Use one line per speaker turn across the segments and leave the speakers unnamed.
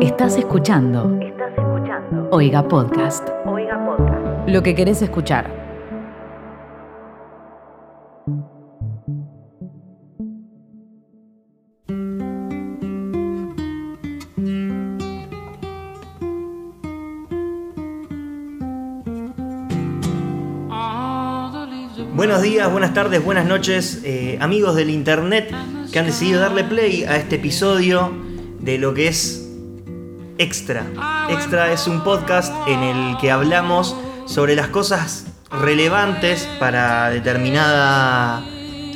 Estás escuchando
Estás escuchando
Oiga Podcast.
Oiga Podcast.
Lo que querés escuchar.
Buenos días, buenas tardes, buenas noches, eh, amigos del internet que han decidido darle play a este episodio de lo que es Extra. Extra es un podcast en el que hablamos sobre las cosas relevantes para determinada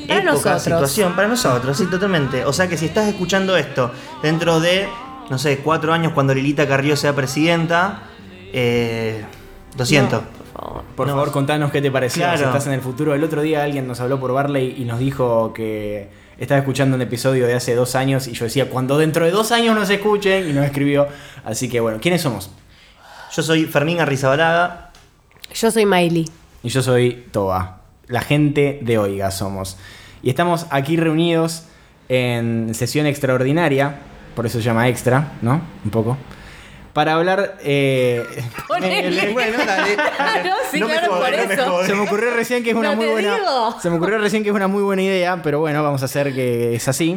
Para
época,
nosotros.
situación, para nosotros, sí, totalmente. O sea que si estás escuchando esto dentro de, no sé, cuatro años cuando Lilita Carrió sea presidenta, eh, lo siento.
Por
No.
favor, contanos qué te pareció.
Claro.
Si estás en el futuro. El otro día alguien nos habló por Barley y nos dijo que estaba escuchando un episodio de hace dos años y yo decía, cuando dentro de dos años nos escuchen, y nos escribió. Así que bueno, ¿quiénes somos?
Yo soy Fermín Arrizabalaga.
Yo soy Miley.
Y yo soy Toba. La gente de Oiga somos. Y estamos aquí reunidos en sesión extraordinaria, por eso se llama extra, ¿no? Un poco. Para hablar. eh,
Ponele.
bueno, dale.
Claro, sí,
No me
claro,
jodas,
por
no me
eso.
jodas.
Se me ocurrió recién que es una
No
muy
te
buena.
digo.
Se me ocurrió recién que es una muy buena idea, pero bueno, vamos a hacer que es así.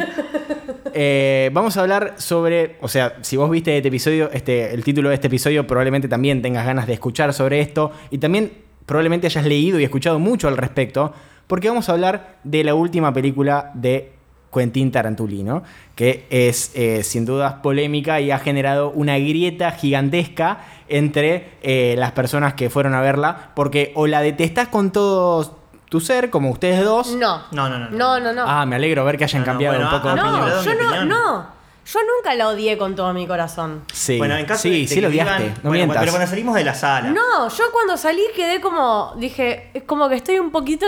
Eh, vamos a hablar sobre, o sea, si vos viste este episodio, este, el título de este episodio, probablemente también tengas ganas de escuchar sobre esto y también probablemente hayas leído y escuchado mucho al respecto, porque vamos a hablar de la última película de Quentin Tarantulino, que es eh, sin dudas polémica y ha generado una grieta gigantesca entre eh, las personas que fueron a verla, porque o la detestás con todo tu ser, como ustedes dos.
No.
No, no, no, no.
No, no, no.
Ah, me alegro ver que hayan
No, no,
cambiado
bueno,
un poco
ah,
de
ah,
opinión.
perdón,
no, yo
mi
no,
opinión.
no. Yo nunca la odié con todo mi corazón.
Sí,
Bueno, en caso de-
sí,
de
sí
que
lo odiaste.
vivan-
no
bueno,
mientas.
Pero cuando salimos de la sala.
No, yo cuando salí quedé como, dije, es como que estoy un poquito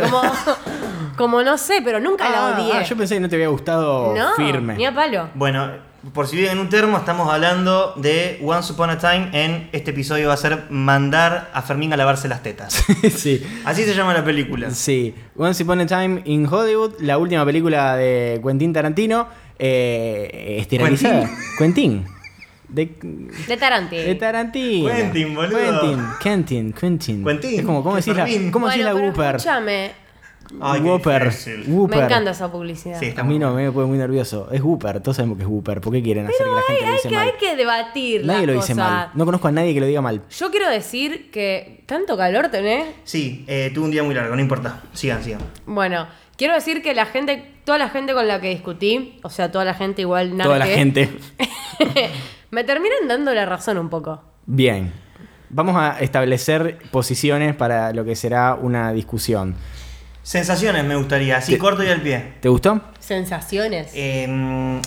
como, como no sé, pero nunca la
Ah,
odié.
ah, yo pensé que no te había gustado
no,
firme.
ni a palo.
Bueno, por si viven en un termo, estamos hablando de Once Upon a Time. En este episodio va a ser mandar a Fermín a lavarse las tetas.
sí.
Así se llama la película.
Sí, Once Upon a Time in Hollywood, la última película de Quentin Tarantino, eh, esterilizada. Quentin. De,
De Taranti.
de Tarantino.
Quentin, boludo.
Quentin, Quentin, Quentin.
Quentin.
Es como, ¿cómo decís la,
Fermín.
cómo decís
Bueno,
la
pero
Whooper?
Escúchame,
Ay, qué
Whooper.
difícil.
Whooper.
me encanta esa publicidad.
Sí, está
A mí
muy-
no, me pone muy nervioso. Es Whooper, todos sabemos que es Whooper. ¿Por qué quieren hacer que la gente lo
Hay
dice
que,
mal?
hay que debatir
Nadie
las
lo dice
cosas.
mal. No conozco a nadie que lo diga mal.
Yo quiero decir que tanto calor tenés.
Sí, eh, tuve un día muy largo, no importa. Sigan, sigan.
Bueno, quiero decir que la gente, toda la gente con la que discutí, o sea, toda la gente igual nada
Toda la
que-
gente.
me terminan dando la razón un poco.
Bien. Vamos a establecer posiciones para lo que será una discusión.
Sensaciones me gustaría, así corto y al pie.
¿Te gustó?
Sensaciones.
Eh,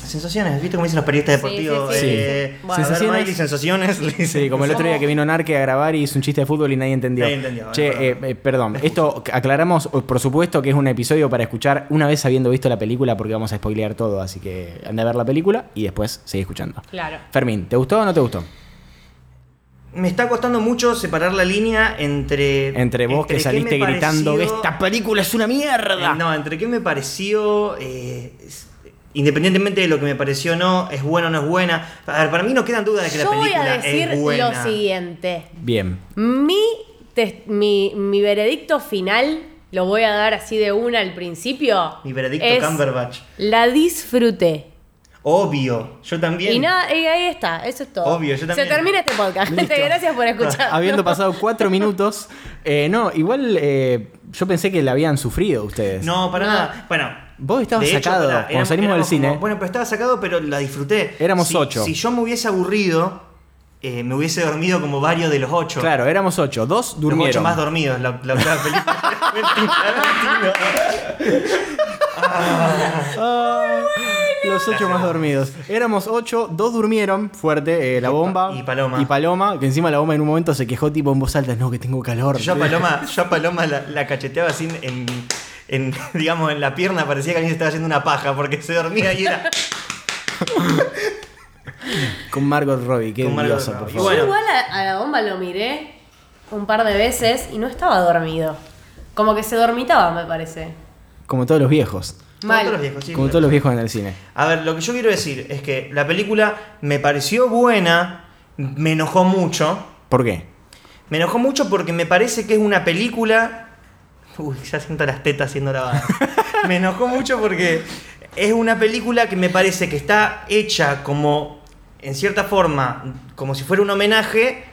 sensaciones, ¿viste cómo dicen los periodistas
Sí,
deportivos?
sí, sí.
Eh,
Sí. Bueno.
a ver,
Sensaciones.
Miley, sensaciones. le
Sí,
dicen.
como el otro día que vino Narque a grabar y hizo un chiste de fútbol y nadie entendió.
Nadie entendió,
Che,
es
eh,
verdad.
eh, perdón, esto aclaramos, o- por supuesto, que es un episodio para escuchar una vez habiendo visto la película, porque vamos a spoilear todo, así que anda a ver la película y después sigue escuchando.
Claro.
Fermín, ¿te gustó o no te gustó?
Me está costando mucho separar la línea entre.
Entre vos que
qué
saliste
me
gritando,
pareció-
esta película es una mierda.
Eh, No, entre qué me pareció, eh, es- independientemente de lo que me pareció o no, es buena o no es buena. A ver, para mí no quedan dudas de que
Yo
la
voy a
película
decir
es buena.
lo siguiente.
Bien.
Mi, tes- mi, mi veredicto final, lo voy a dar así de una al principio.
Mi veredicto
es
Cumberbatch.
La disfruté.
Obvio, yo también.
Y nada, y ahí está, eso es todo.
Obvio, yo también.
Se termina este podcast.
Listo.
Gracias por escuchar.
Habiendo pasado cuatro minutos, eh, no, igual eh, yo pensé que la habían sufrido ustedes.
No, para
No.
nada. Bueno.
Vos estabas
de hecho,
sacado,
pará,
cuando salimos del cine.
como- bueno, pero estaba sacado, pero la disfruté.
Éramos
Si-
ocho.
Si yo me hubiese aburrido, eh, me hubiese dormido como varios de los ocho.
Claro, éramos ocho, dos
Los
durmieron.
ocho más dormidos, la, la octava película.
Ah, Los ocho más dormidos. Éramos ocho, dos durmieron fuerte, eh, la
Y pa-
bomba.
y Paloma.
Y Paloma, que encima la bomba en un momento se quejó tipo en voz alta, no, que tengo calor.
Yo a Paloma, yo a Paloma la, la cacheteaba así en, en, digamos, en la pierna, parecía que alguien se estaba haciendo una paja porque se dormía y era.
Con Margot Robbie, qué
Con Margot
diosa, por
Robbie.
favor.
Bueno.
Yo igual a, a la bomba lo miré un par de veces y no estaba dormido. Como que se dormitaba, me parece.
Como todos los viejos.
Como
Mal.
todos los viejos, sí,
Como
pero-
todos los viejos en el cine.
A ver, lo que yo quiero decir es que la película me pareció buena, me enojó mucho.
¿Por qué?
Me enojó mucho porque me parece que es una película. Uy, ya siento las tetas siendo lavadas. me enojó mucho porque es una película que me parece que está hecha como, en cierta forma, como si fuera un homenaje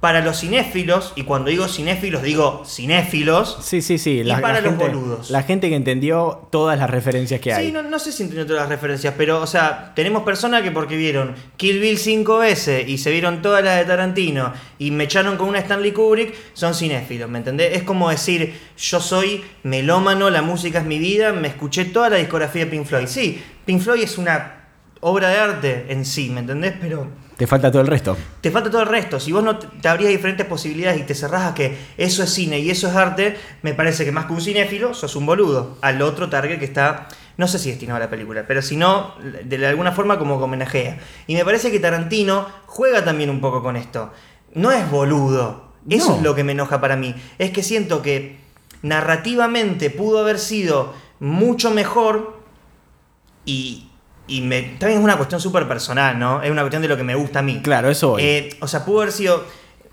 para los cinéfilos. Y cuando digo cinéfilos, digo cinéfilos.
Sí, sí, sí.
Y para los boludos.
La gente que entendió todas las referencias que hay.
Sí, no, no sé si entiendo todas las referencias, pero, o sea, tenemos personas que porque vieron Kill Bill 5 veces y se vieron todas las de Tarantino y me echaron con una Stanley Kubrick, son cinéfilos, ¿me entendés? Es como decir, yo soy melómano, la música es mi vida, me escuché toda la discografía de Pink Floyd. Sí, Pink Floyd es una obra de arte en sí, ¿me entendés? Pero
Te falta todo el resto.
te falta todo el resto. Si vos no te te abrías diferentes posibilidades y te cerrás a que eso es cine y eso es arte, me parece que más que un cinéfilo, sos un boludo. Al otro target que está, no sé si destinado a la película, pero si no, de alguna forma como que homenajea. Y me parece que Tarantino juega también un poco con esto. No es boludo. Eso
No.
es lo que me enoja para mí. Es que siento que narrativamente pudo haber sido mucho mejor y, y me, también es una cuestión súper personal, ¿no? Es una cuestión de lo que me gusta a mí.
Claro, eso voy.
Eh, o sea, pudo haber sido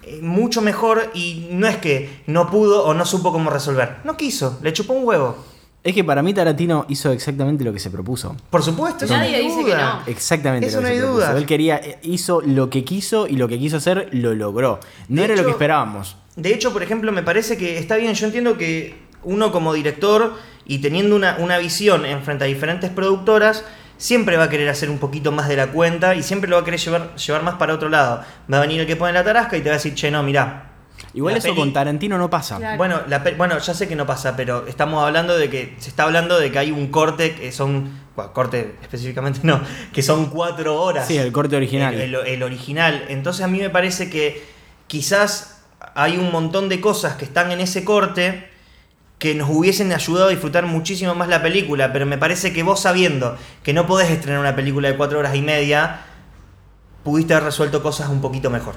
eh, mucho mejor y no es que no pudo o no supo cómo resolver. No quiso, le chupó un huevo.
Es que para mí Tarantino hizo exactamente lo que se propuso.
Por supuesto, eso
Nadie
no hay
dice
duda.
que no.
Exactamente
Eso no
lo que se
hay
propuso.
duda.
Él quería, eh, hizo lo que quiso y lo que quiso hacer lo logró. No
De
era lo
hecho-
que esperábamos.
De hecho, por ejemplo, me parece que está bien. Yo entiendo que uno como director y teniendo una, una visión en frente a diferentes productoras, siempre va a querer hacer un poquito más de la cuenta y siempre lo va a querer llevar, llevar más para otro lado. Va a venir el que pone la tarasca y te va a decir, che, no, mirá.
Igual
La
eso
peli-
con Tarantino no pasa.
Claro.
Bueno, la pe- bueno, ya sé que no pasa, pero estamos hablando de que se está hablando de que hay un corte que son, bueno, corte específicamente no, que son cuatro horas.
Sí, el corte original.
El, el- el original. Entonces a mí me parece que quizás hay un montón de cosas que están en ese corte que nos hubiesen ayudado a disfrutar muchísimo más la película, pero me parece que vos sabiendo que no podés estrenar una película de cuatro horas y media, pudiste haber resuelto cosas un poquito mejor.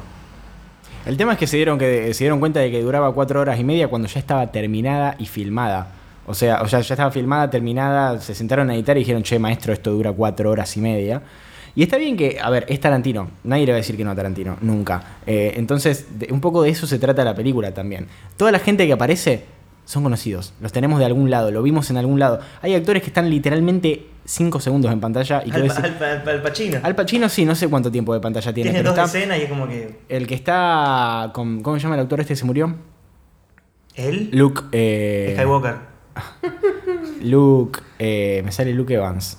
El tema es que se dieron, que se dieron cuenta de que duraba cuatro horas y media cuando ya estaba terminada y filmada. O sea, o sea, ya estaba filmada, terminada, se sentaron a editar y dijeron, che, maestro, esto dura cuatro horas y media. Y está bien que, a ver, es Tarantino, nadie le va a decir que no a Tarantino, nunca. Eh, entonces, de- un poco de eso se trata la película también. Toda la gente que aparece son conocidos, los tenemos de algún lado, lo vimos en algún lado. Hay actores que están literalmente cinco segundos en pantalla y que
Al,
vos decís-
al- al- al Pacino.
Al Pacino sí, no sé cuánto tiempo de pantalla tiene,
Tiene
pero
dos
está...
escenas y es como que.
El que está con. ¿Cómo se llama el autor este que se murió?
Él,
Luke. eh,
Skywalker.
Luke. eh, me sale Luke Evans.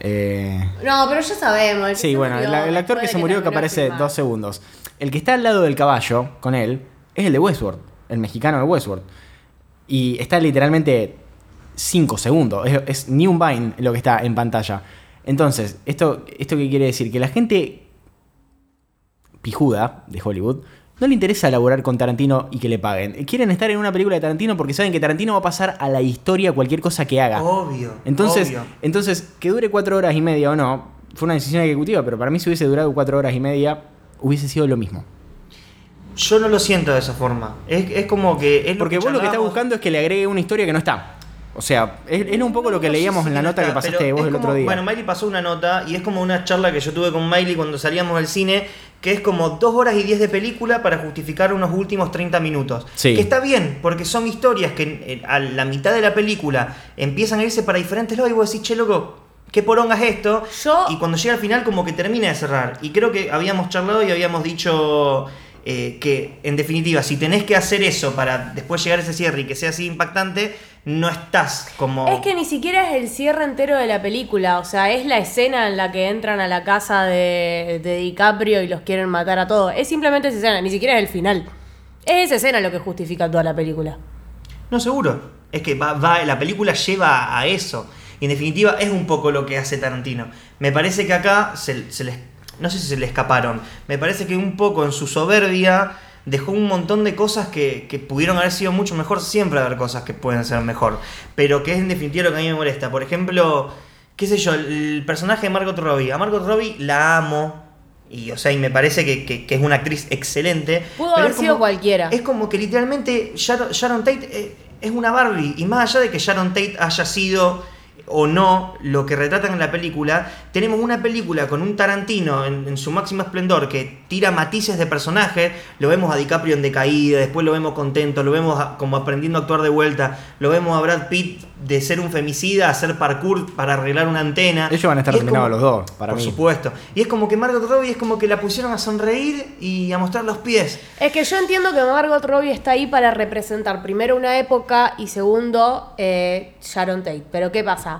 Eh,
No, pero ya sabemos. el que
sí,
se
bueno,
murió
la- el actor
después
que
de
se murió que
terminó de
aparece
filmar.
dos segundos. El que está al lado del caballo con él es el de Westworld, el mexicano de Westworld. Y está literalmente 5 segundos. Es, es ni un Vine lo que está en pantalla. Entonces, ¿esto, ¿esto qué quiere decir? Que la gente pijuda de Hollywood no le interesa laborar con Tarantino y que le paguen. Quieren estar en una película de Tarantino porque saben que Tarantino va a pasar a la historia cualquier cosa que haga.
Obvio.
Entonces,
obvio.
entonces, que dure cuatro horas y media o no, fue una decisión ejecutiva, pero para mí si hubiese durado cuatro horas y media, hubiese sido lo mismo.
Yo no lo siento de esa forma. Es, es como que. es
Porque vos lo que estás
charlamos-
buscando es que le agregue una historia que no está. O sea, es, es un poco lo que
No sé
leíamos
si
en la
no
nota que
está,
pasaste
pero
vos
es
el otro
como-
día.
Bueno, Miley pasó una nota y es como una charla que yo tuve con Miley cuando salíamos del cine, que es como dos horas y 10 de película para justificar unos últimos 30 minutos.
Sí.
Que está bien, porque son historias que eh, a la mitad de la película empiezan a irse para diferentes lados y vos decís, che, loco, qué poronga es esto.
Yo-
Y cuando llega al final, como que termina de cerrar. Y creo que habíamos charlado y habíamos dicho. eh, que en definitiva, si tenés que hacer eso para después llegar a ese cierre y que sea así impactante, no estás como.
Es que ni siquiera es el cierre entero de la película, o sea, es la escena en la que entran a la casa de, de DiCaprio y los quieren matar a todos. Es simplemente esa escena, ni siquiera es el final. Es esa escena lo que justifica toda la película.
No, seguro. Es que va, va- la película lleva a eso. Y en definitiva es un poco lo que hace Tarantino. Me parece que acá se, se les... No sé si se le escaparon. Me parece que un poco en su soberbia dejó un montón de cosas que, que pudieron haber sido mucho mejor. Siempre va a haber cosas que pueden ser mejor. Pero que es en definitiva lo que a mí me molesta. Por ejemplo, qué sé yo, el, el personaje de Margot Robbie. A Margot Robbie la amo. Y, o sea, y me parece que, que- que es una actriz excelente.
Pudo
pero
haber
es
sido cualquiera.
Es como que literalmente Sharon, Sharon Tate eh, es una Barbie. Y más allá de que Sharon Tate haya sido o no lo que retratan en la película, tenemos una película con un Tarantino en, en su máximo esplendor que tira matices de personaje, lo vemos a DiCaprio en decaída, después lo vemos contento, lo vemos a- como aprendiendo a actuar de vuelta, lo vemos a Brad Pitt de ser un femicida a hacer parkour para arreglar una antena.
Ellos van a estar
Y es
nominados
como-
los dos, para
Por
mí.
supuesto. Y es como que Margot Robbie es como que la pusieron a sonreír y a mostrar los pies.
Es que yo entiendo que Margot Robbie está ahí para representar primero una época y segundo eh, Sharon Tate. Pero ¿qué pasa?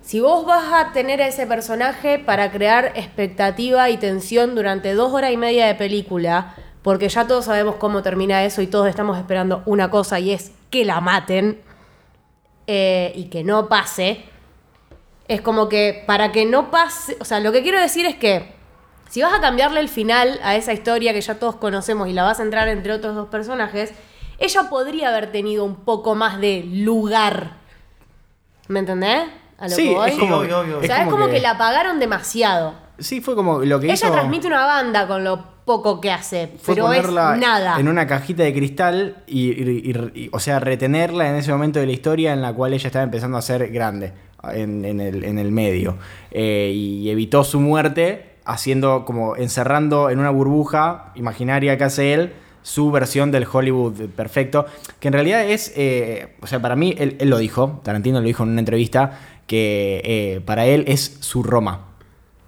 Si vos vas a tener a ese personaje para crear expectativa y tensión durante dos horas y media de película, porque ya todos sabemos cómo termina eso y todos estamos esperando una cosa y es que la maten eh, y que no pase, es como que para que no pase, o sea, lo que quiero decir es que si vas a cambiarle el final a esa historia que ya todos conocemos y la vas a entrar entre otros dos personajes, ella podría haber tenido un poco más de lugar. ¿Me entendés? A lo
Sí,
que voy.
es como,
Obvio, obvio.
o
es
sea, es como,
que-
que... la apagaron demasiado.
Sí, fue como lo que
Ella
hizo...
transmite una banda con lo poco que hace,
fue
pero es
ponerla
nada.
en una cajita de cristal y, y- y- y- o sea, retenerla en ese momento de la historia en la cual ella estaba empezando a ser grande en, en el, en el medio. Eh, y evitó su muerte haciendo como encerrando en una burbuja imaginaria que hace él su versión del Hollywood perfecto, que en realidad es, eh, o sea, para mí, él, él lo dijo, Tarantino lo dijo en una entrevista, que eh, para él es su Roma.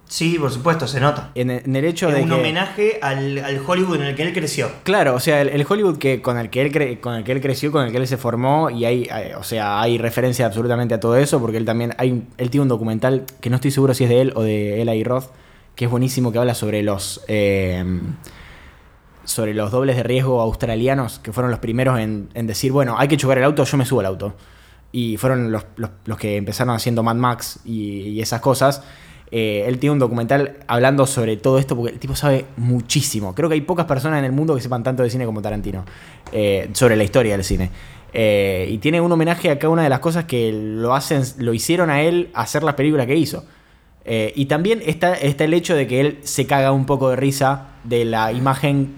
Sí, por supuesto, se nota.
En, el- en el hecho
Es
de...
un
que-
homenaje al, al Hollywood en el que él creció.
Claro, o sea, el, el Hollywood que con el que él cre- con el que él creció, con el que él se formó y hay, hay- o sea, hay referencia absolutamente a todo eso porque él también hay un- él tiene un documental que no estoy seguro si es de él o de Eli Roth que es buenísimo que habla sobre los eh, sobre los dobles de riesgo australianos que fueron los primeros en, en decir bueno hay que chocar el auto yo me subo al auto y fueron los, los- los que empezaron haciendo Mad Max y, y esas cosas. Eh, él tiene un documental hablando sobre todo esto porque el tipo sabe muchísimo. Creo que hay pocas personas en el mundo que sepan tanto de cine como Tarantino, eh, sobre la historia del cine. Eh, y tiene un homenaje a cada una de las cosas que lo, hacen, lo hicieron a él hacer las películas que hizo. Eh, y también está, está el hecho de que él se caga un poco de risa de la imagen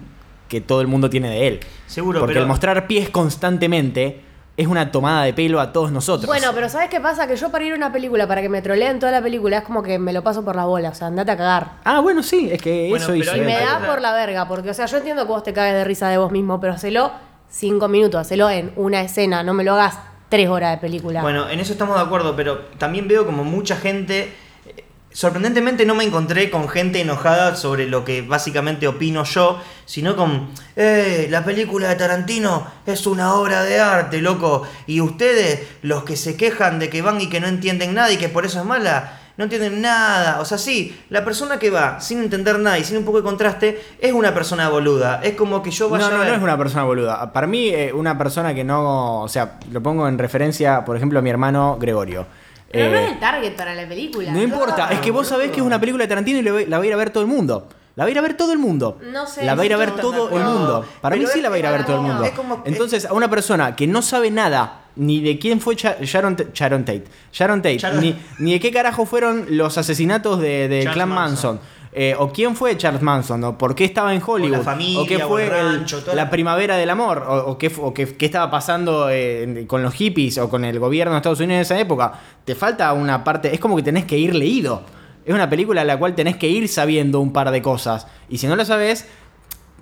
que todo el mundo tiene de él.
Seguro,
Porque
pero-
el mostrar pies constantemente es una tomada de pelo a todos nosotros.
Bueno, pero ¿sabes qué pasa? Que yo para ir a una película, para que me troleen toda la película, es como que me lo paso por la bola, o sea, andate a cagar.
Ah, bueno, sí, es que
Bueno,
eso
pero
hizo.
ahí
él.
Me
Ahí
da
está.
por la verga, porque, o sea, yo entiendo que vos te cagues de risa de vos mismo, pero hacelo cinco minutos, hacelo en una escena, no me lo hagas tres horas de película.
Bueno, en eso estamos de acuerdo, pero también veo como mucha gente. eh, Sorprendentemente no me encontré con gente enojada sobre lo que básicamente opino yo, sino con, eh, la película de Tarantino es una obra de arte, loco. Y ustedes, los que se quejan de que van y que no entienden nada y que por eso es mala, no entienden nada. O sea, sí, la persona que va sin entender nada y sin un poco de contraste es una persona boluda. Es como que yo
No,
vaya
no,
a ver...
no es una persona boluda. Para mí, eh, una persona que no. O sea, lo pongo en referencia, por ejemplo, a mi hermano Gregorio.
pero no
Eh,
es el target para la película.
no importa, es que vos sabés que es una película de Tarantino y lo ve- la va a ir a ver todo el mundo. La va a ir a ver todo el mundo.
No sé,
La va a ir a
yo
ver
estoy
todo
tan de
el
acuerdo.
mundo. Para
Pero
mí sí
es-
la va a ir a ver
para
todo el
mí no,
mundo.
es como-
Entonces, a una persona que no sabe nada, ni de quién fue Cha- Sharon, T- Sharon Tate, Sharon Tate,
Sharon-
Ni, ni de qué carajo fueron los asesinatos de, de
Charles
Clan Manson.
Manson.
eh, o quién fue Charles Manson, o por qué estaba en Hollywood,
familia,
o qué
o
fue
el
el-
rancho, toda
la
la-
primavera del amor, o, o qué, fu- o qué- qué estaba pasando eh, en- con los hippies o con el gobierno de Estados Unidos en esa época. Te falta una parte, es como que tenés que ir leído. Es una película a la cual tenés que ir sabiendo un par de cosas. Y si no lo sabes,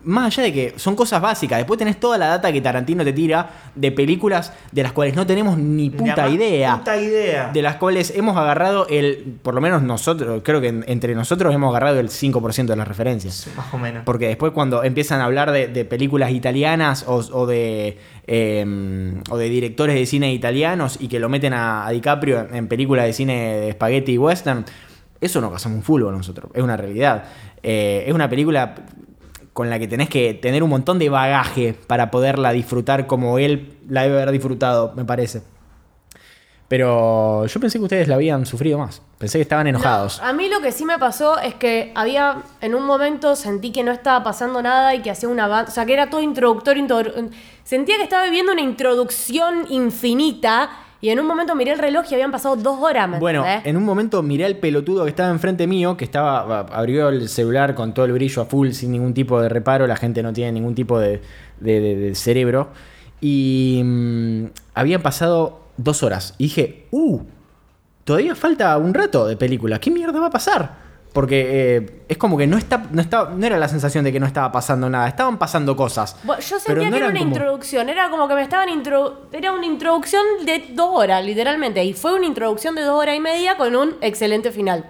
más allá de que son cosas básicas, después tenés toda la data que Tarantino te tira de películas de las cuales no tenemos ni
La
puta
más
idea
Puta idea.
de las cuales hemos agarrado el, por lo menos nosotros, creo que en- entre nosotros hemos agarrado el 5% de las referencias.
Más o menos.
Porque después cuando empiezan a hablar de, de películas italianas o, o de, eh, o de directores de cine italianos y que lo meten a, a DiCaprio en, en películas de cine de espagueti y western, eso no casamos un fulbo nosotros, es una realidad. Eh, es una película con la que tenés que tener un montón de bagaje para poderla disfrutar como él la debe haber disfrutado, me parece. Pero yo pensé que ustedes la habían sufrido más. Pensé que estaban enojados.
A mí lo que sí me pasó es que había, en un momento sentí que no estaba pasando nada y que hacía una banda, o sea, que era todo introductorio, introdu- sentía que estaba viviendo una introducción infinita y en un momento miré el reloj y habían pasado dos horas, ¿me
Bueno,
entendés?
en un momento miré al pelotudo que estaba enfrente mío, que estaba, abrió el celular con todo el brillo a full, sin ningún tipo de reparo, la gente no tiene ningún tipo de, de- de- de cerebro. Y mm, habían pasado dos horas. Y dije, uh, todavía falta un rato de película. ¿Qué mierda va a pasar? Porque eh, es como que no está, no está, no era la sensación de que no estaba pasando nada. Estaban pasando cosas.
Bo- Yo
pero
sentía
no
que era
eran
una
como-
introducción, era como que me estaban intro... Era una introducción de dos horas, literalmente. Y fue una introducción de dos horas y media con un excelente final.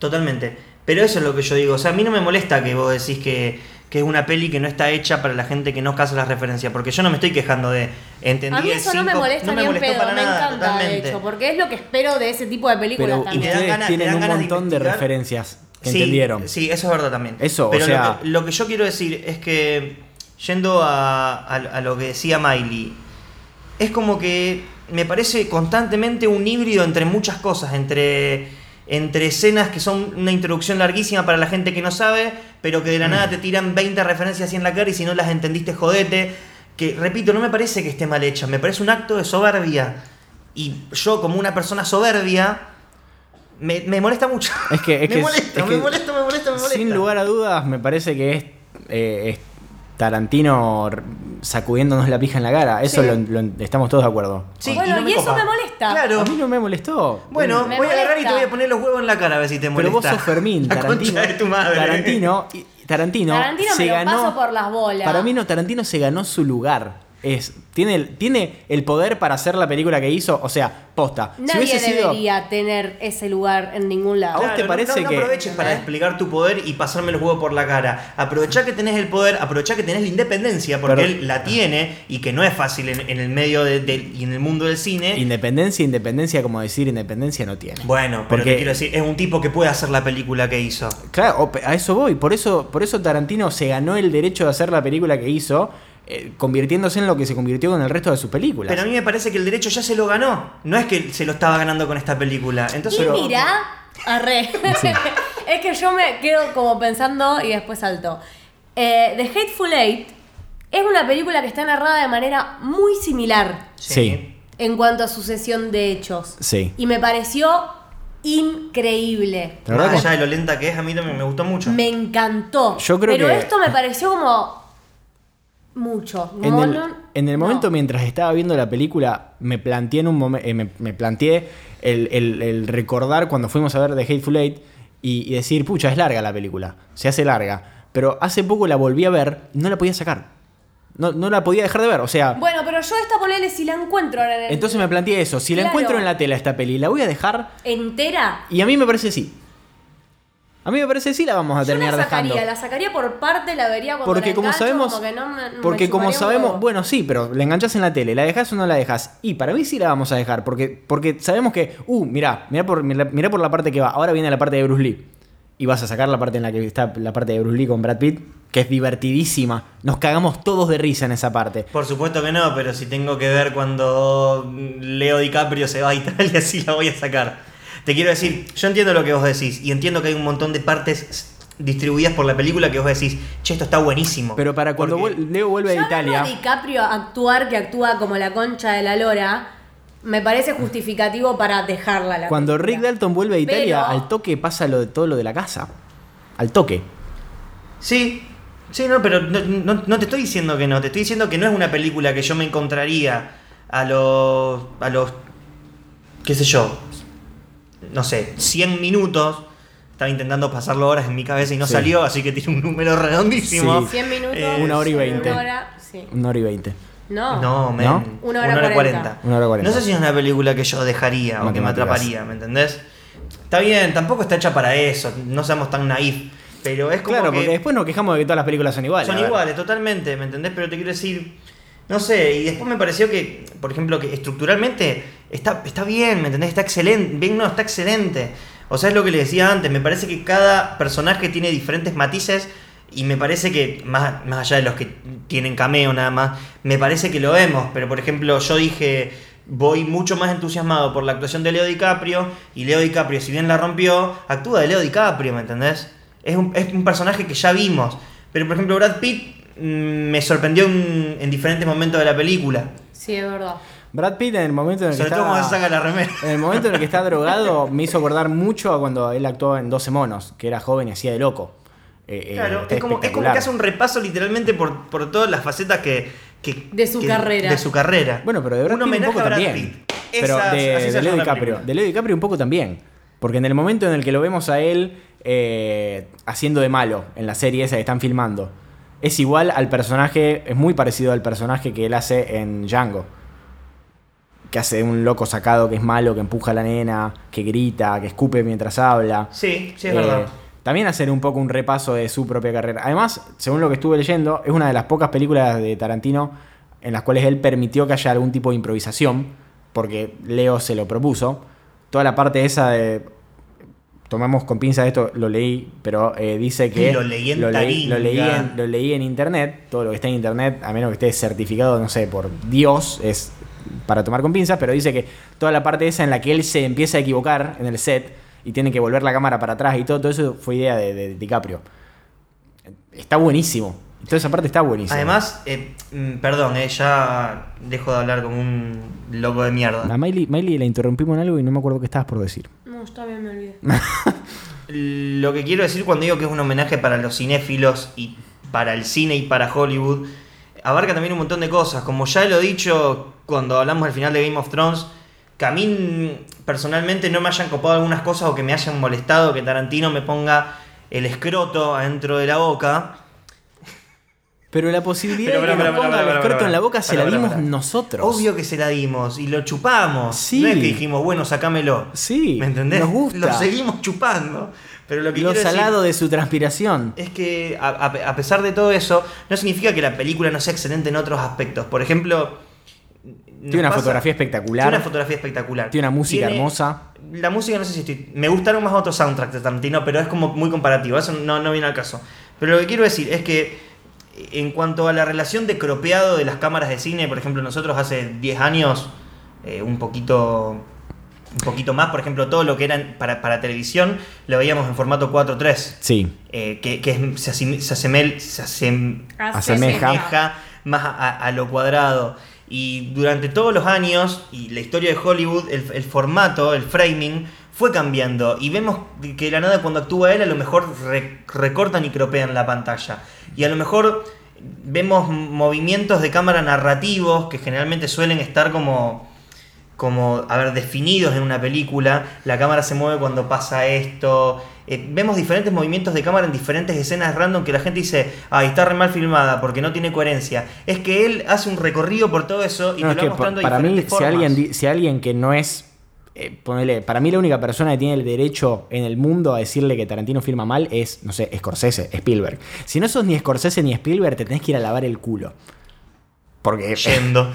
Totalmente. Pero eso es lo que yo digo. O sea, a mí no me molesta que vos decís que, que es una peli que no está hecha para la gente que no casa las referencias. Porque yo no me estoy quejando de. Entendí
A mí
el
eso no me
cinco,
molesta
no
ni un
molestó
pedo,
para
me
nada,
encanta
totalmente.
de hecho, porque es lo que espero de ese tipo de películas
Pero
también.
te dan
ustedes
ganas- te
tienen
dan
un
ganas de
montón de,
investigar.
referencias que
Sí,
entendieron.
Sí, eso es verdad también.
Eso, o
Pero lo
sea-
que- lo, que, yo quiero decir es que, yendo a, a- a lo que decía Miley, es como que me parece constantemente un híbrido entre muchas cosas, entre, entre escenas que son una introducción larguísima para la gente que no sabe, pero que de la
Mm.
nada te tiran 20 referencias así en la cara y si no las entendiste, jodete. Que, repito, no me parece que esté mal hecha, me parece un acto de soberbia. Y yo, como una persona soberbia, me, me molesta mucho.
Es que- es
me
que-
molesta,
es
me
que-
molesta, me molesta, me molesta.
Sin lugar a dudas, me parece que es, eh, es Tarantino r- sacudiéndonos la pija en la cara. Eso
Sí.
lo- lo- estamos todos de acuerdo.
Sí,
Bueno, y eso
copa.
me molesta.
A
Claro.
mí no me molestó.
Bueno,
Mm. Me
voy a agarrar y te
molesta.
voy a poner los huevos en la cara a ver si te
pero
molesta.
vos sos Fermín,
La
Tarantino.
concha de tu madre.
Tarantino, y- Tarantino,
Tarantino
se
me lo
ganó.
paso por las bolas.
Para mí no, Tarantino se ganó su lugar. Es, tiene, el- tiene el poder para hacer la película que hizo, o sea, posta. si
Nadie
hubiese sido.
debería tener ese lugar en ningún
¿A
lado.
vos te
no-
parece
no, no
que-
aproveches
Eh.
para desplegar tu poder y pasarme los huevos por la cara. Aprovechá que tenés el poder, aprovechá que tenés la independencia, porque
Pero-
él la tiene y que no es fácil en, en el medio de- del- y en el mundo del cine.
Independencia, independencia, como decir, independencia no tiene.
bueno, pero te quiero decir, es un tipo que puede hacer la película que hizo.
Claro, o- a eso voy. Por eso, por eso Tarantino se ganó el derecho de hacer la película que hizo, eh, convirtiéndose en lo que se convirtió con el resto de sus películas.
Pero a mí me parece que el derecho ya se lo ganó. No es que se lo estaba ganando con esta película.
Y
Entonces, lo-
mira, arre. es que yo me quedo como pensando y después salto. Eh, The Hateful Eight es una película que está narrada de manera muy similar
Sí.
en cuanto a sucesión de hechos.
Sí.
Y me pareció increíble.
La verdad
Más
que-
allá de lo lenta que es, a mí también me gustó mucho.
Me encantó.
Yo creo
Pero
que-
esto me pareció como mucho.
En
Como
el,
no-
en el
no.
momento mientras estaba viendo la película, me planteé en un momen- eh, me, me planteé el, el- el recordar cuando fuimos a ver The Hateful Eight y, y decir, pucha, es larga la película, se hace larga. Pero hace poco la volví a ver, no la podía sacar. No, no la podía dejar de ver, o sea,
Bueno, pero yo esta ponele si la encuentro ahora en el-
entonces me planteé eso, si la
Claro.
encuentro en la tela esta peli, la voy a dejar
entera.
y a mí me parece sí. A mí me parece sí la vamos a
Yo la
terminar
sacaría,
dejando.
la sacaría por parte, la vería cuando
Porque
la
como
engancho,
sabemos,
como que no me- me
porque como
chuparía un
sabemos,
huevo.
bueno, sí, pero la enganchas en la tele, la dejas o no la dejas. Y para mí sí la vamos a dejar, porque, porque sabemos que, uh, mirá, mirá por, mirá, mirá por la parte que va, ahora viene la parte de Bruce Lee. Y vas a sacar la parte en la que está la parte de Bruce Lee con Brad Pitt, que es divertidísima. Nos cagamos todos de risa en esa parte.
Por supuesto que no, pero si tengo que ver cuando Leo DiCaprio se va a Italia, sí la voy a sacar. Te quiero decir, yo entiendo lo que vos decís y entiendo que hay un montón de partes s- distribuidas por la película que vos decís, che, esto está buenísimo.
Pero para cuando
Porque-
vuel- Leo vuelve a
Ya verlo
Italia,
a DiCaprio actuar, que actúa como la concha de la lora, me parece justificativo para dejarla. La
cuando
película.
Rick Dalton vuelve a Italia,
Pero-
al toque pasa lo de todo lo de la casa. Al toque.
Sí, sí, no, pero no, no- no te estoy diciendo que no, te estoy diciendo que no es una película que yo me encontraría a los, a los, qué sé yo, no sé, 100 minutos. Estaba intentando pasarlo horas en mi cabeza y no
Sí.
salió, así que tiene un número redondísimo.
Sí.
100 minutos.
Eh,
Una hora y
sí,
veinte.
Una hora, sí.
Una hora y veinte.
No.
No, men.
¿No?
Ah. Una hora cuarenta.
Una hora cuarenta.
No sé si es una película que yo dejaría o que me
Matemáticas.
atraparía, ¿me entendés? Está bien, tampoco está hecha para eso, no seamos tan naif. Pero es como
Claro,
que
porque después nos quejamos de que todas las películas son iguales.
son
a ver.
iguales, totalmente, ¿me entendés? Pero te quiero decir, no sé, y después me pareció que, por ejemplo, que estructuralmente está, está bien, ¿me entendés? Está excelente, bien, no, está excelente. O sea, es lo que les decía antes, me parece que cada personaje tiene diferentes matices y me parece que, más, más allá de los que tienen cameo nada más, me parece que lo vemos, pero por ejemplo, yo dije... Voy mucho más entusiasmado por la actuación de Leo DiCaprio. Y Leo DiCaprio, si bien la rompió, actúa de Leo DiCaprio, ¿me entendés? Es un, es un personaje que ya vimos. Pero por ejemplo, Brad Pitt mm, me sorprendió en, en diferentes momentos de la película.
Sí, es verdad.
Brad Pitt en el momento en el que
Sobre todo
estaba-
cuando se saca la remera.
En el momento en el que está drogado, me hizo acordar mucho a cuando él actuaba en 12 monos, que era joven y hacía de loco. Eh, eh,
Claro,
está
es como, es como
espectacular.
que hace un repaso literalmente por, por todas las facetas que. que-
De su
que-
carrera.
De su carrera.
Bueno, pero de Brad Pitt un
homenaje
poco
a Brad
también.
Pitt.
Pero
Esa- así
de,
se
de Leo
llama la
DiCaprio.
película.
De Leo DiCaprio un poco también. Porque en el momento en el que lo vemos a él eh, haciendo de malo en la serie esa que están filmando, es igual al personaje, es muy parecido al personaje que él hace en Django. Que hace de un loco sacado que es malo, que empuja a la nena, que grita, que escupe mientras habla.
Sí, sí, es
Eh,
verdad.
También hacer un poco un repaso de su propia carrera. Además, según lo que estuve leyendo, es una de las pocas películas de Tarantino en las cuales él permitió que haya algún tipo de improvisación, porque Leo se lo propuso. Toda la parte esa de... Tomamos con pinzas esto, lo leí, pero eh, dice que...
Lo leí en
lo leí, lo leí
Taringa.
en- lo leí en internet, todo lo que está en internet, a menos que esté certificado, no sé, por Dios, es para tomar con pinzas, pero dice que toda la parte esa en la que él se empieza a equivocar en el set y tiene que volver la cámara para atrás y todo, todo eso fue idea de, de DiCaprio. Está buenísimo. Toda esa parte está buenísima.
Además, eh, mm, perdón, eh, ya dejo de hablar como un loco de
A
mierda.
Miley, Miley la interrumpimos en algo y no me acuerdo qué estabas por decir.
No, yo también me olvidé.
Lo que quiero decir cuando digo que es un homenaje para los cinéfilos y para el cine y para Hollywood, abarca también un montón de cosas. Como ya lo he dicho cuando hablamos al final de Game of Thrones, que a mí mm, personalmente no me hayan copado algunas cosas o que me hayan molestado que Tarantino me ponga el escroto adentro de la boca.
Pero la posibilidad
Pero,
de que
pero,
nos
pero,
ponga
pero,
el
pero,
escroto
pero,
en la boca
pero,
se la
pero,
dimos
pero.
nosotros.
Obvio que se la dimos y lo chupamos.
Sí.
No es que dijimos, bueno, sacámelo.
Sí,
¿Me entendés?
nos gusta.
Lo seguimos chupando. Pero lo que
Lo
quiero decir Eh,
salado de su transpiración.
es que, a, a- a pesar de todo eso, no significa que la película no sea excelente en otros aspectos. Por ejemplo. nos
Tiene una
pasa-
fotografía espectacular.
Tiene una fotografía espectacular.
Tiene una música hermosa.
La música, no sé si estoy. Me gustaron más otros soundtracks de Tarantino, pero es como muy comparativo. Eso no, no viene al caso. Pero lo que quiero decir es que. En cuanto a la relación de cropeado de las cámaras de cine, por ejemplo, nosotros hace 10 años, eh, un poquito. Un poquito más, por ejemplo, todo lo que eran para, para televisión lo veíamos en formato 4.3
Sí.
eh, que, que es- se, asim- se asemel- se asem-
Asemeja.
asemeja más a, a- a lo cuadrado. Y durante todos los años y la historia de Hollywood, el, el formato, el framing, fue cambiando. Y vemos que de la nada cuando actúa él, a lo mejor re- recortan y cropean la pantalla. Y a lo mejor vemos movimientos de cámara narrativos que generalmente suelen estar como como, a ver, definidos en una película. La cámara se mueve cuando pasa esto. Eh, vemos diferentes movimientos de cámara en diferentes escenas random que la gente dice, ay, está re mal filmada porque no tiene coherencia. Es que él hace un recorrido por todo eso y te
No, es
lo
que
va mostrando
pa-
de
para mí,
diferentes
si
formas.
alguien, di- si alguien que no es. eh, ponele, para mí la única persona que tiene el derecho en el mundo a decirle que Tarantino firma mal es, no sé, Scorsese, Spielberg. Si no sos ni Scorsese ni Spielberg, te tenés que ir a lavar el culo. Porque, eh,
Yendo.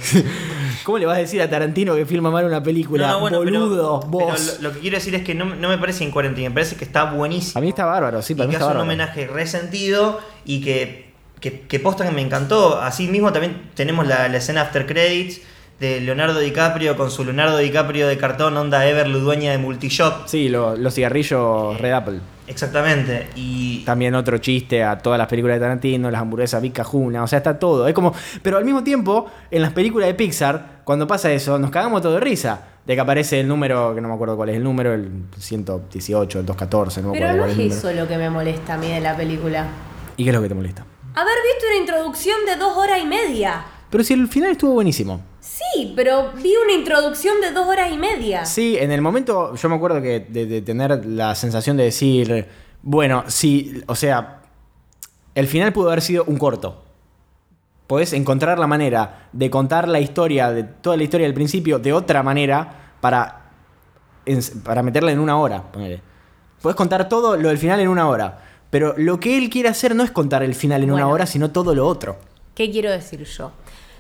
¿cómo le vas a decir a Tarantino que firma mal una película?
No, no, bueno, pero-
Boludo,
pero
vos.
lo, lo que quiero decir es que no, no me parece incoherente, me parece que está buenísimo.
A mí está bárbaro, sí, para
y
mí
que
está
hace un
bárbaro.
homenaje resentido y que, que, que posta que me encantó. Así mismo también tenemos la, la escena after credits de Leonardo DiCaprio con su Leonardo DiCaprio de cartón onda Everly dueña de Multishop.
Sí, lo- los cigarrillos Red Apple.
Exactamente. Y
También otro chiste a todas las películas de Tarantino, las hamburguesas Big Cajuna, o sea, está todo. Es como, pero al mismo tiempo, en las películas de Pixar, cuando pasa eso, nos cagamos todo de risa. De que aparece el número, que no me acuerdo cuál es el número, el 118, el 214, no me
Pero
acuerdo
no
cuál
es
es el número.
eso lo que me molesta a mí de la película.
¿Y qué es lo que te molesta?
Haber visto una introducción de dos horas y media.
Pero si el final estuvo buenísimo.
Sí, pero vi una introducción de dos horas y media.
Sí, en el momento yo me acuerdo que de, de tener la sensación de decir, bueno, sí, o sea, el final pudo haber sido un corto. Podés encontrar la manera de contar la historia, de toda la historia del principio, de otra manera para, en- para meterla en una hora. Ponele. Podés contar todo lo del final en una hora. Pero lo que él quiere hacer no es contar el final en una
Bueno.
hora, sino todo lo otro.
¿Qué quiero decir yo?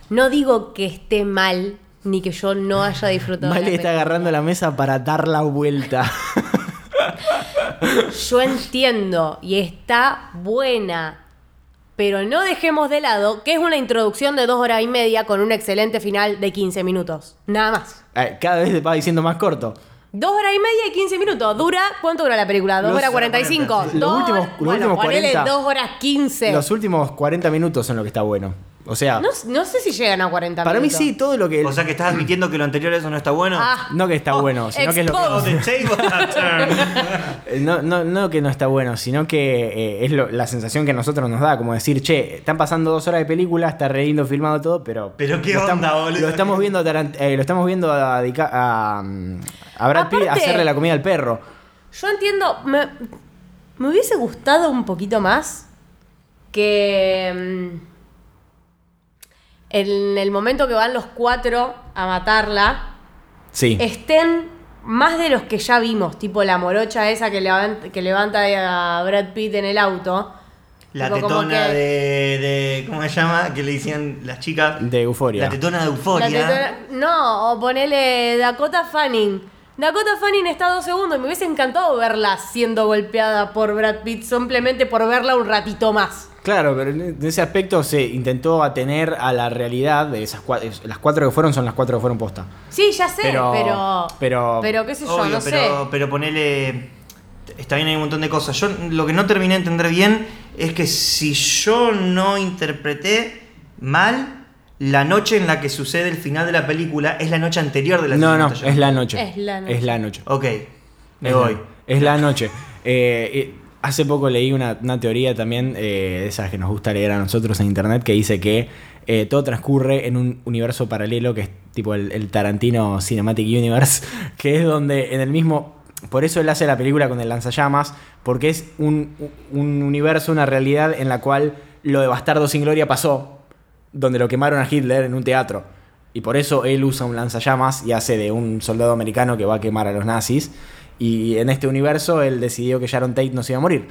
No digo que esté mal ni que yo no haya disfrutado. de la
Miley está
película.
agarrando la mesa para dar la vuelta.
Yo entiendo y está buena. Pero no dejemos de lado que es una introducción de dos horas y media con un excelente final de 15 minutos. Nada más.
Eh, Cada vez te va diciendo más corto.
Dos horas y media y 15 minutos. ¿Dura? ¿Cuánto dura la película? ¿Dos
Los-
horas 45?
Los
Dos-
últimos- los
bueno,
últimos
ponele
40.
dos horas 15.
Los últimos 40 minutos son lo que está bueno. O sea,
No, no sé si llegan a 40
para mí
minutos.
sí, todo lo que.
O sea que estás admitiendo que lo anterior a eso no está bueno.
Ah.
no que está
Oh,
bueno, sino que es lo que-
Oh,
exposed.
the table has turned.
eh, No, no, no que no está bueno, sino que eh, es lo- la sensación que a nosotros nos da, como decir, che, están pasando dos horas de película, está re lindo filmado todo, pero...
Pero qué
lo
onda,
estamos,
boludo.
Lo estamos viendo a, Tarant- eh, lo estamos viendo a, Dica- a, mm, a Brad Pitt
Aparte-
hacerle la comida al perro.
Yo entiendo, me, me hubiese gustado un poquito más que mm, en el momento que van los cuatro a matarla,
Sí.
estén más de los que ya vimos, tipo la morocha esa que levanta, que levanta a Brad Pitt en el auto.
La
Tipo, como
tetona
que-
de, de- ¿Cómo se llama? Que le decían las chicas.
De Euphoria.
La tetona de
La
euforia.
tetona- no, o ponele Dakota Fanning. Dakota Fanning está dos segundos. Me hubiese encantado verla siendo golpeada por Brad Pitt simplemente por verla un ratito más.
Claro, pero en en ese aspecto se intentó atener a la realidad de esas cuatro... Las cuatro que fueron son las cuatro que fueron posta.
Sí, ya sé,
Pero-
pero. Pero,
pero-
qué sé yo,
Obvio,
no
pero,
sé.
pero ponele. Está bien, hay un montón de cosas. Yo lo que no terminé de entender bien es que si yo no interpreté mal, la noche en la que sucede el final de la película es la noche anterior de la
No, no,
presentación.
es la noche.
Es la noche.
Es la noche.
Ok, me
Es la-
voy.
Es la noche. Eh, eh, hace poco leí una, una teoría también, eh, de esas que nos gusta leer a nosotros en internet, que dice que eh, todo transcurre en un universo paralelo que es tipo el, el Tarantino Cinematic Universe, que es donde en el mismo. Por eso él hace la película con el lanzallamas, porque es un, un universo, una realidad en la cual lo de Bastardo sin Gloria pasó, donde lo quemaron a Hitler en un teatro. Y por eso él usa un lanzallamas y hace de un soldado americano que va a quemar a los nazis. Y en este universo él decidió que Sharon Tate no se iba a morir.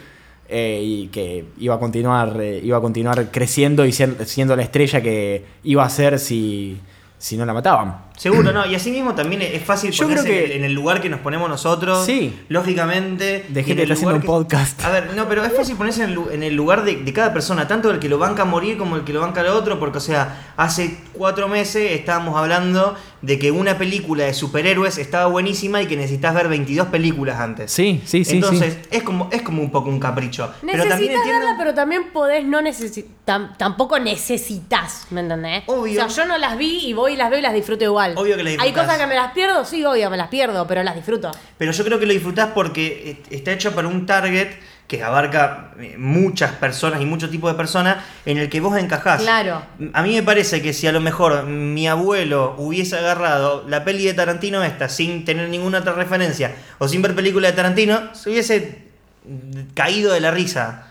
eh, y que iba a continuar, eh, iba a continuar creciendo y ser- siendo la estrella que iba a ser si, si no la mataban.
Seguro, no. Y así mismo también es fácil
Yo creo
ponerse en
que-
el- en el lugar que nos ponemos nosotros.
Sí.
Lógicamente.
De
y
gente
en
que
el
está haciendo
lugar
un podcast.
A ver, no, pero es fácil ponerse en el, lu- en el lugar de, de cada persona, tanto el que lo banca a morir como el que lo banca al otro, porque, o sea, hace cuatro meses estábamos hablando de que una película de superhéroes estaba buenísima y que necesitas ver 22 películas antes.
Sí, sí, sí, sí.
Entonces, Es, como, es como un poco un capricho. pero
Necesitas
también entiendo.
verla, pero también podés no necesitar. Tampoco necesitas, ¿me entendés?
Obvio.
O sea, yo no las vi y voy y las veo y las disfruto igual.
Obvio que las
Hay
disfrutás.
cosas que me las pierdo, sí, obvio, me las pierdo, pero las disfruto.
Pero yo creo que lo disfrutás porque eh, está hecho para un target que abarca eh, muchas personas y mucho tipo de personas en el que vos encajás.
Claro.
A mí me parece que si a lo mejor mi abuelo hubiese agarrado la peli de Tarantino esta sin tener ninguna otra referencia o sin ver película de Tarantino, se hubiese caído de la risa.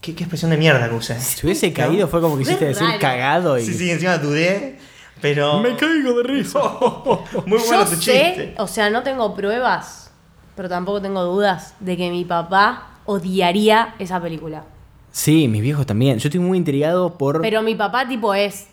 ¿Qué, qué expresión de mierda que usé?
Si hubiese caído fue como que quisiste
Es
decir
raro.
cagado y.
Sí, sí, encima dudé, pero...
caigo de risa.
Muy bueno
yo
tu
sé,
chiste.
o sea, no tengo pruebas, pero tampoco tengo dudas de que mi papá odiaría esa película.
Sí, mis viejos también. Yo estoy muy intrigado por.
Pero mi papá, tipo, es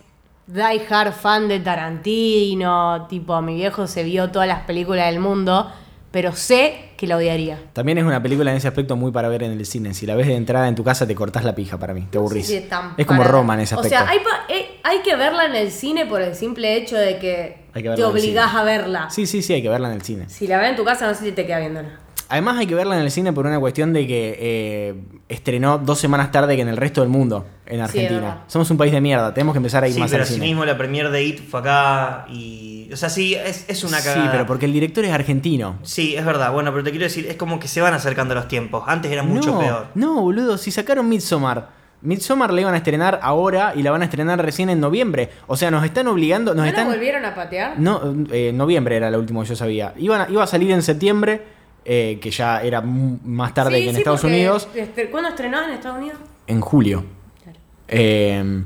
die hard fan de Tarantino. Tipo, mi viejo se vio todas las películas del mundo. Pero sé que la odiaría.
También es una película en ese aspecto muy para ver en el cine. Si la ves de entrada en tu casa, te cortás la pija para mí, te aburrís.
Sí, sí, tan
es como
para-
Roma en ese aspecto.
O sea, hay, pa- eh, hay que verla en el cine por el simple hecho de que,
Hay que verla
te
en el
obligás
cine.
a verla.
Sí, sí, sí, hay que verla en el cine.
Si la ves en tu casa, no sé si te queda viéndola.
Además, hay que verla en el cine por una cuestión de que eh, estrenó dos semanas tarde que en el resto del mundo, en Argentina.
verdad.
Somos un país de mierda, tenemos que empezar a ir
Sí,
más
pero
al
así
cine.
mismo la premier de It fue acá y... O sea, sí, es, es una cagada.
Sí, pero porque el director es argentino.
Sí, es verdad. Bueno, pero te quiero decir, es como que se van acercando los tiempos. Antes era mucho
no,
peor.
No, boludo, si sacaron Midsommar. Midsommar la iban a estrenar ahora y la van a estrenar recién en noviembre. O sea, nos están obligando, nos
¿No la
están
volvieron a patear?
No, eh, noviembre era lo último que yo sabía. Iban a- iba a salir en septiembre, eh, que ya era m- más tarde
Sí,
que en
sí,
Estados
porque
Unidos,
este- ¿Cuándo estrenó en Estados Unidos?
en julio.
Claro.
Eh,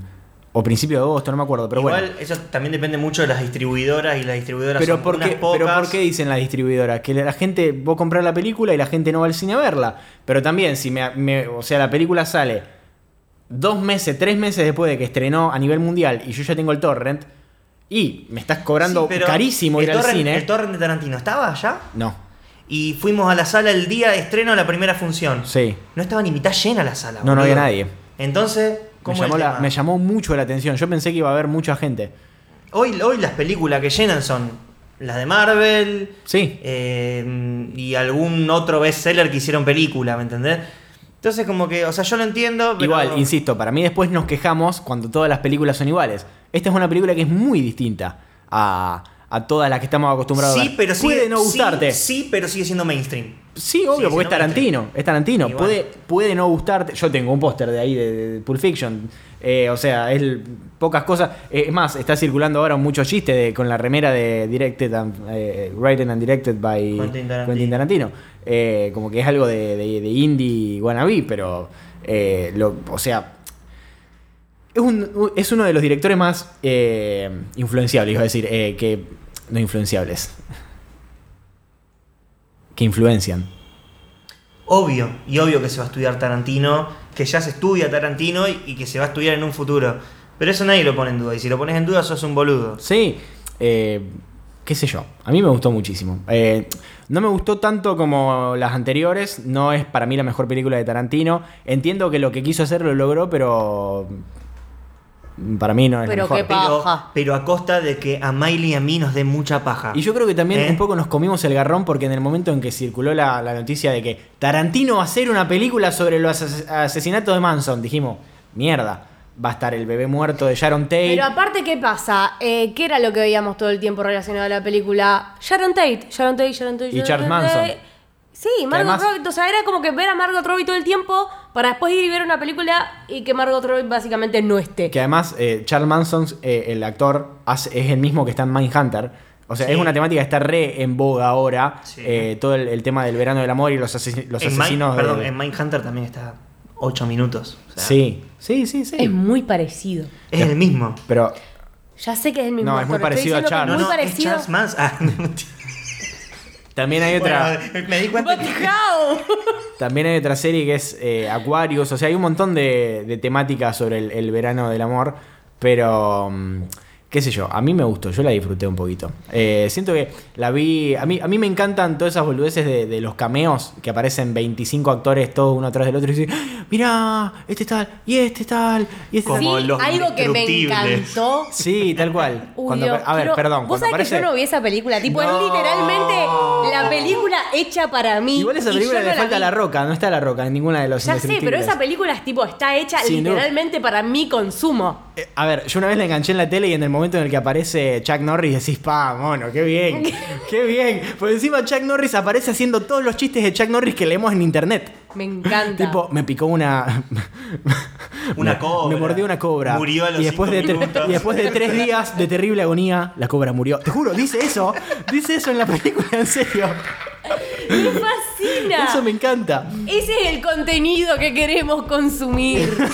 o principio de agosto, no me acuerdo, pero
Igual,
bueno.
eso también depende mucho de las distribuidoras y las distribuidoras
Pero
son
¿por,
unas
qué,
pocas.
pero ¿por qué dicen las distribuidoras? Que la gente, vos comprar la película y la gente no va al cine a verla. Pero también, si me, me- o sea, la película sale dos meses, tres meses después de que estrenó a nivel mundial y yo ya tengo el torrent y me estás cobrando
Sí, pero
carísimo
el
ir al
torrent-
cine.
El torrent de Tarantino estaba allá
no,
y fuimos a la sala el día de estreno de la primera función.
sí.
No estaba ni mitad llena la sala.
No, no
boludo.
había nadie.
Entonces,
Me
¿cómo
llamó,
es el
la-
tema?
me llamó mucho la atención. Yo pensé que iba a haber mucha gente.
Hoy, hoy las películas que llenan son las de Marvel
Sí.
Em, eh, y algún otro bestseller que hicieron película, ¿me entendés? Entonces, como que, o sea, yo lo entiendo, pero.
Igual, insisto, para mí después nos quejamos cuando todas las películas son iguales. Esta es una película que es muy distinta a, a todas las que estamos acostumbrados a
Sí,
ver.
pero sigue,
Puede no
sí,
gustarte. Sí,
Sí, pero sigue siendo mainstream.
obvio,
sigue
porque es
siendo
Tarantino.
mainstream.
Es Tarantino.
Y bueno.
Puede, puede no gustarte. Yo tengo un póster de ahí de, de Pulp Fiction. Eh, o sea, es l- pocas cosas. Eh, es más, está circulando ahora mucho chiste de- con la remera de Directed and, eh, Written and Directed by
Quentin Tarantino.
Quentin Tarantino. Eh, como que es algo de, de- de indie wannabe, pero. eh, lo, o sea, Es, un- es uno de los directores más eh, influenciables, iba a decir, eh, que. No influenciables. Que influencian.
Obvio, y obvio que se va a estudiar Tarantino, que ya se estudia Tarantino y, y que se va a estudiar en un futuro. Pero eso nadie lo pone en duda, y si lo pones en duda sos un boludo.
Sí, eh, qué sé yo. A mí me gustó muchísimo. Eh, no me gustó tanto como las anteriores. No es para mí la mejor película de Tarantino. Entiendo que lo que quiso hacer lo logró, pero. Para mí no es
Pero
la mejor.
qué
Pero,
Paja.
pero a costa de que a Miley y a mí nos dé mucha paja.
Y yo creo que también
¿Eh?
un poco nos comimos el garrón porque en el momento en que circuló la, la noticia de que Tarantino va a hacer una película sobre los ases- asesinatos de Manson, dijimos, mierda, va a estar el bebé muerto de Sharon Tate.
Pero aparte, ¿qué pasa? Eh, ¿Qué era lo que veíamos todo el tiempo relacionado a la película? Sharon Tate, Sharon Tate, Sharon Tate.
Y
Sharon
Charles
Tate.
Manson.
Sí, Margot
además-
Robbie. O sea, era como que ver a Margot Robbie todo el tiempo para después ir y ver una película y que Margot Robbie básicamente no esté.
Que además, eh, Charles Manson, eh, el actor, hace- es el mismo que está en Mindhunter. O sea,
Sí.
es una temática que está re en boga ahora.
Sí.
eh, todo el, el tema del verano del amor y los, ases- los
en Mind-
asesinos. de-
perdón, en Mindhunter también está 8 minutos. o sea,
Sí, sí, sí, sí.
Es muy parecido.
Es el mismo.
Pero
Ya sé que es el mismo.
No, es muy
actor, estoy
parecido a
diciendo que es
Charles.
No,
Muy
no, es
parecido.
Charles Manson. Ah,
también hay otra.
bueno, me di cuenta que...
Batijao.
También hay otra serie que es eh, Aquarius. O sea, hay un montón de, de temáticas sobre el, el verano del amor. Pero, mm, qué sé yo, a mí me gustó, yo la disfruté un poquito. Eh, siento que la vi... A mí, a mí me encantan todas esas boludeces de, de los cameos, que aparecen 25 actores todos uno atrás del otro y dicen, "Ah, mirá, este es tal, y este es tal, y este es tal.
Como
Sí,
los
algo que me
indestructibles.
encantó.
Sí, tal cual.
Uy,
Cuando
Dios,
apare- a ver,
quiero-
perdón.
Vos
cuando
sabés
aparece...
que yo no vi esa película. Tipo,
No.
es literalmente la película hecha para mí.
Igual a esa
y
película
yo
le
no
falta
vi.
la roca, no está la roca en ninguna de los
Ya sé, pero
Indestructibles.
esa película es tipo, está hecha
Sin duda.
literalmente para mi consumo.
Eh, A ver, yo una vez la enganché en la tele y en el momento en el que aparece Chuck Norris decís, pa, mono, qué bien, qué bien. Por encima Chuck Norris aparece haciendo todos los chistes de Chuck Norris que leemos en internet.
Me encanta.
Tipo, me picó una.
Una
me-
cobra.
Me mordió una cobra.
Murió a los
y después,
cinco
de tre-
minutos.
y después de tres días de terrible agonía, la cobra murió. Te juro, dice eso. Dice eso en la película, en serio.
me fascina.
Eso me encanta.
Ese es el contenido que queremos consumir.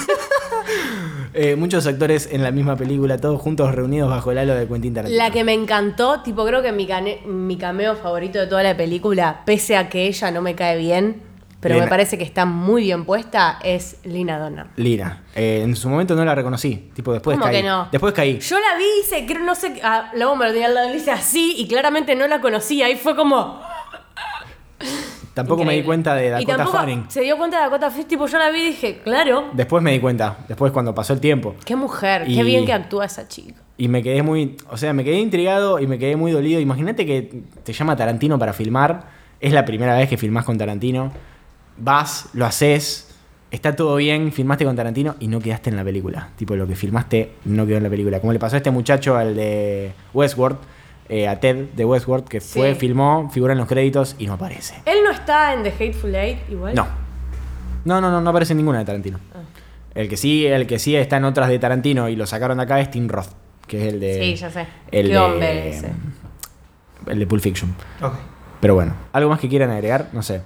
Eh, muchos actores en la misma película, todos juntos reunidos bajo el halo de Quentin Tarantino.
la que me encantó, tipo, creo que mi, cane- mi cameo favorito de toda la película, pese a que ella no me cae bien, pero
Lena.
me parece que está muy bien puesta, es Lina Donner.
Lina. Eh, en su momento no la reconocí. Tipo, después
¿Cómo
caí.
que no?
Después caí.
Yo la vi y hice, creo, no sé, ah, la bomba lo tenía al lado, le hice así y claramente no la conocía y fue como...
Tampoco me di
increíble.
cuenta de
y
Dakota
tampoco
Fanning.
Se dio cuenta de Dakota Fanning, tipo, yo la vi y dije, claro,
Después me di cuenta. Después cuando pasó el tiempo.
qué mujer,
Y-
qué bien que actúa esa chica.
Y me quedé muy. O sea, me quedé intrigado y me quedé muy dolido. Imagínate que te llama Tarantino para filmar. Es la primera vez que filmás con Tarantino. Vas, lo haces. Está todo bien, filmaste con Tarantino y no quedaste en la película. Tipo, lo que filmaste no quedó en la película. Como le pasó a este muchacho al de Westworld, eh, a Ted de Westworld, que
Sí.
fue, filmó, figura en los créditos y no aparece.
Él no está en The Hateful Eight igual.
No. No, no, no, no aparece ninguna de Tarantino.
Ah.
El que sí, el que sí está en otras de Tarantino y lo sacaron de acá es Tim Roth, que es el de.
Sí, ya sé.
El
Qué
de,
hombre ese.
El de Pulp Fiction.
Ok.
Pero bueno, algo más que quieran agregar, no sé.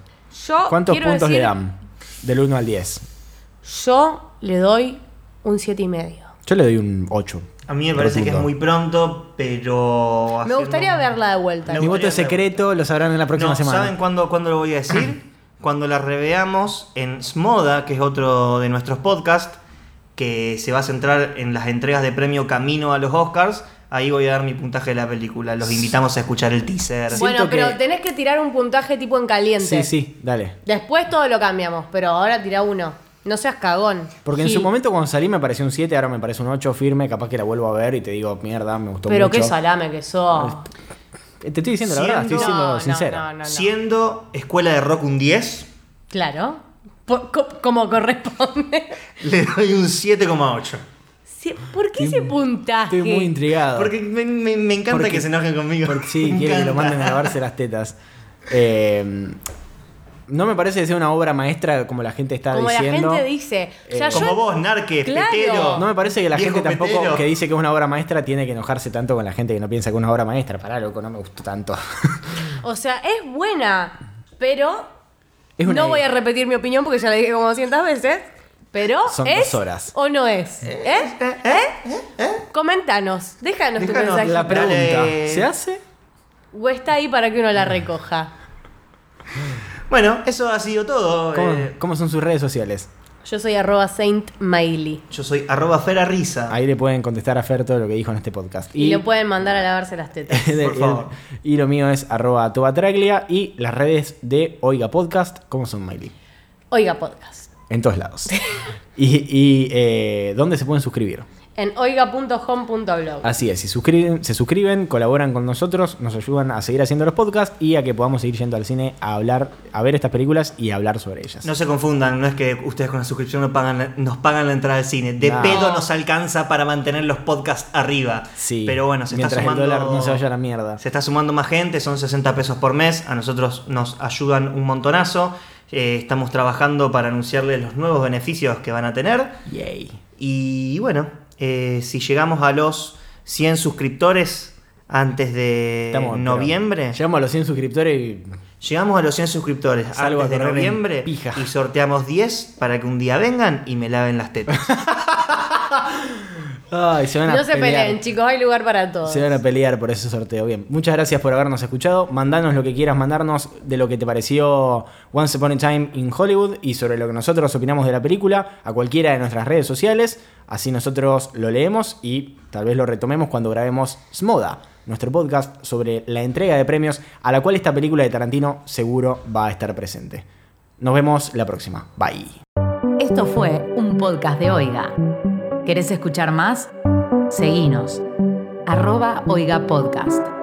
Yo
¿Cuántos
quiero
puntos le
decir-
dan? Del 1 al 10.
Yo le doy un siete y medio.
Yo le doy un 8.
A mí me parece que es
Rotundo.
muy pronto, pero...
Me
haciendo-
gustaría verla de vuelta.
Me
Mi voto
gustaría
es secreto, lo sabrán en la próxima
No,
semana.
¿Saben cuándo, cuándo lo voy a decir? cuando la reveamos en Smoda, que es otro de nuestros podcasts, que se va a centrar en las entregas de premio Camino a los Oscars. Ahí voy a dar mi puntaje de la película. Los invitamos a escuchar el teaser.
Sí.
Bueno,
siento
pero
que-
tenés que tirar un puntaje tipo en caliente.
Sí, sí, dale.
Después todo lo cambiamos, pero ahora tira uno. No seas cagón.
Porque en
Gil.
su momento cuando salí me pareció un 7, ahora me parece un 8 firme, capaz que la vuelvo a ver y te digo, mierda, me gustó
Pero
mucho.
qué salame que sos.
Eh, Te estoy diciendo la verdad, estoy
Siendo-
siendo
No, no,
sincera.
no, no, no.
Siendo Escuela de Rock un 10,
Claro. po- co- como corresponde.
Le doy un 7,8.
Sí, ¿Por qué ese puntaje?
Estoy muy intrigado.
Porque me, me- me encanta
Ah. Porque-
que se enojen conmigo.
Porque sí,
Me
quiere que lo
encanta.
manden a lavarse las tetas. Eh, no me parece que sea una obra maestra como la gente está
Como
diciendo.
la gente dice. O sea,
Eh,
Como
yo-
vos, narque,
Claro.
petero.
No me parece que la
viejo
gente tampoco
petero.
que dice que es una obra maestra tiene que enojarse tanto con la gente que no piensa que es una obra maestra. Pará, loco, no me gustó tanto.
O sea, es buena, pero
Es una
no
E.
voy a repetir mi opinión porque ya la dije como 200 veces. Pero
Son
¿es
dos horas.
o no es? ¿Eh? ¿Eh? Comentanos, déjanos,
Déjanos
tu mensaje.
la pregunta,
Dale.
¿se hace?
O está ahí para que uno la recoja.
Bueno, eso ha sido todo.
¿Cómo,
Eh,
cómo son sus redes sociales?
Yo soy arroba Saint Miley.
yo soy arroba ferarisa.
Ahí le pueden contestar a Fer todo lo que dijo en este podcast.
Y, lo pueden mandar a lavarse las tetas.
Por favor.
Y lo mío es arroba tobatraglia y las redes de Oiga Podcast, ¿cómo son, Miley?
Oiga Podcast.
En todos lados. y y, eh, ¿dónde se pueden suscribir?
En oiga.home.blog.
Así es, si suscriben, se suscriben, colaboran con nosotros, nos ayudan a seguir haciendo los podcasts y a que podamos seguir yendo al cine a hablar, a ver estas películas y a hablar sobre ellas.
No se confundan, no es que ustedes con la suscripción nos pagan la, nos pagan la entrada al cine. De
No.
pedo nos alcanza para mantener los podcasts arriba.
Sí.
Pero bueno, se
mientras
está sumando.
el dólar no se vaya a la mierda.
Se está sumando más gente, son 60 pesos por mes. A nosotros nos ayudan un montonazo. Eh, estamos trabajando para anunciarles los nuevos beneficios que van a tener.
Yay.
Eh, Y bueno, eh, si llegamos a los 100 suscriptores antes de
Estamos, pero
noviembre,
Llegamos a los 100 suscriptores y
llegamos a los 100 suscriptores
Salgo
antes
a
de
correr en
noviembre
pija.
y sorteamos 10 para que un día vengan y me laven las tetas.
ay, se van a
No se
pelear.
peleen, chicos, hay lugar para todos.
Se van a pelear por ese sorteo. Bien, muchas gracias por habernos escuchado. Mandanos lo que quieras mandarnos de lo que te pareció Once Upon a Time in Hollywood y sobre lo que nosotros opinamos de la película a cualquiera de nuestras redes sociales. Así nosotros lo leemos y tal vez lo retomemos cuando grabemos Smoda, nuestro podcast sobre la entrega de premios a la cual esta película de Tarantino seguro va a estar presente. Nos vemos la próxima. Bye.
Esto fue un podcast de Oiga. ¿Querés escuchar más? Seguinos. Arroba Oiga Podcast.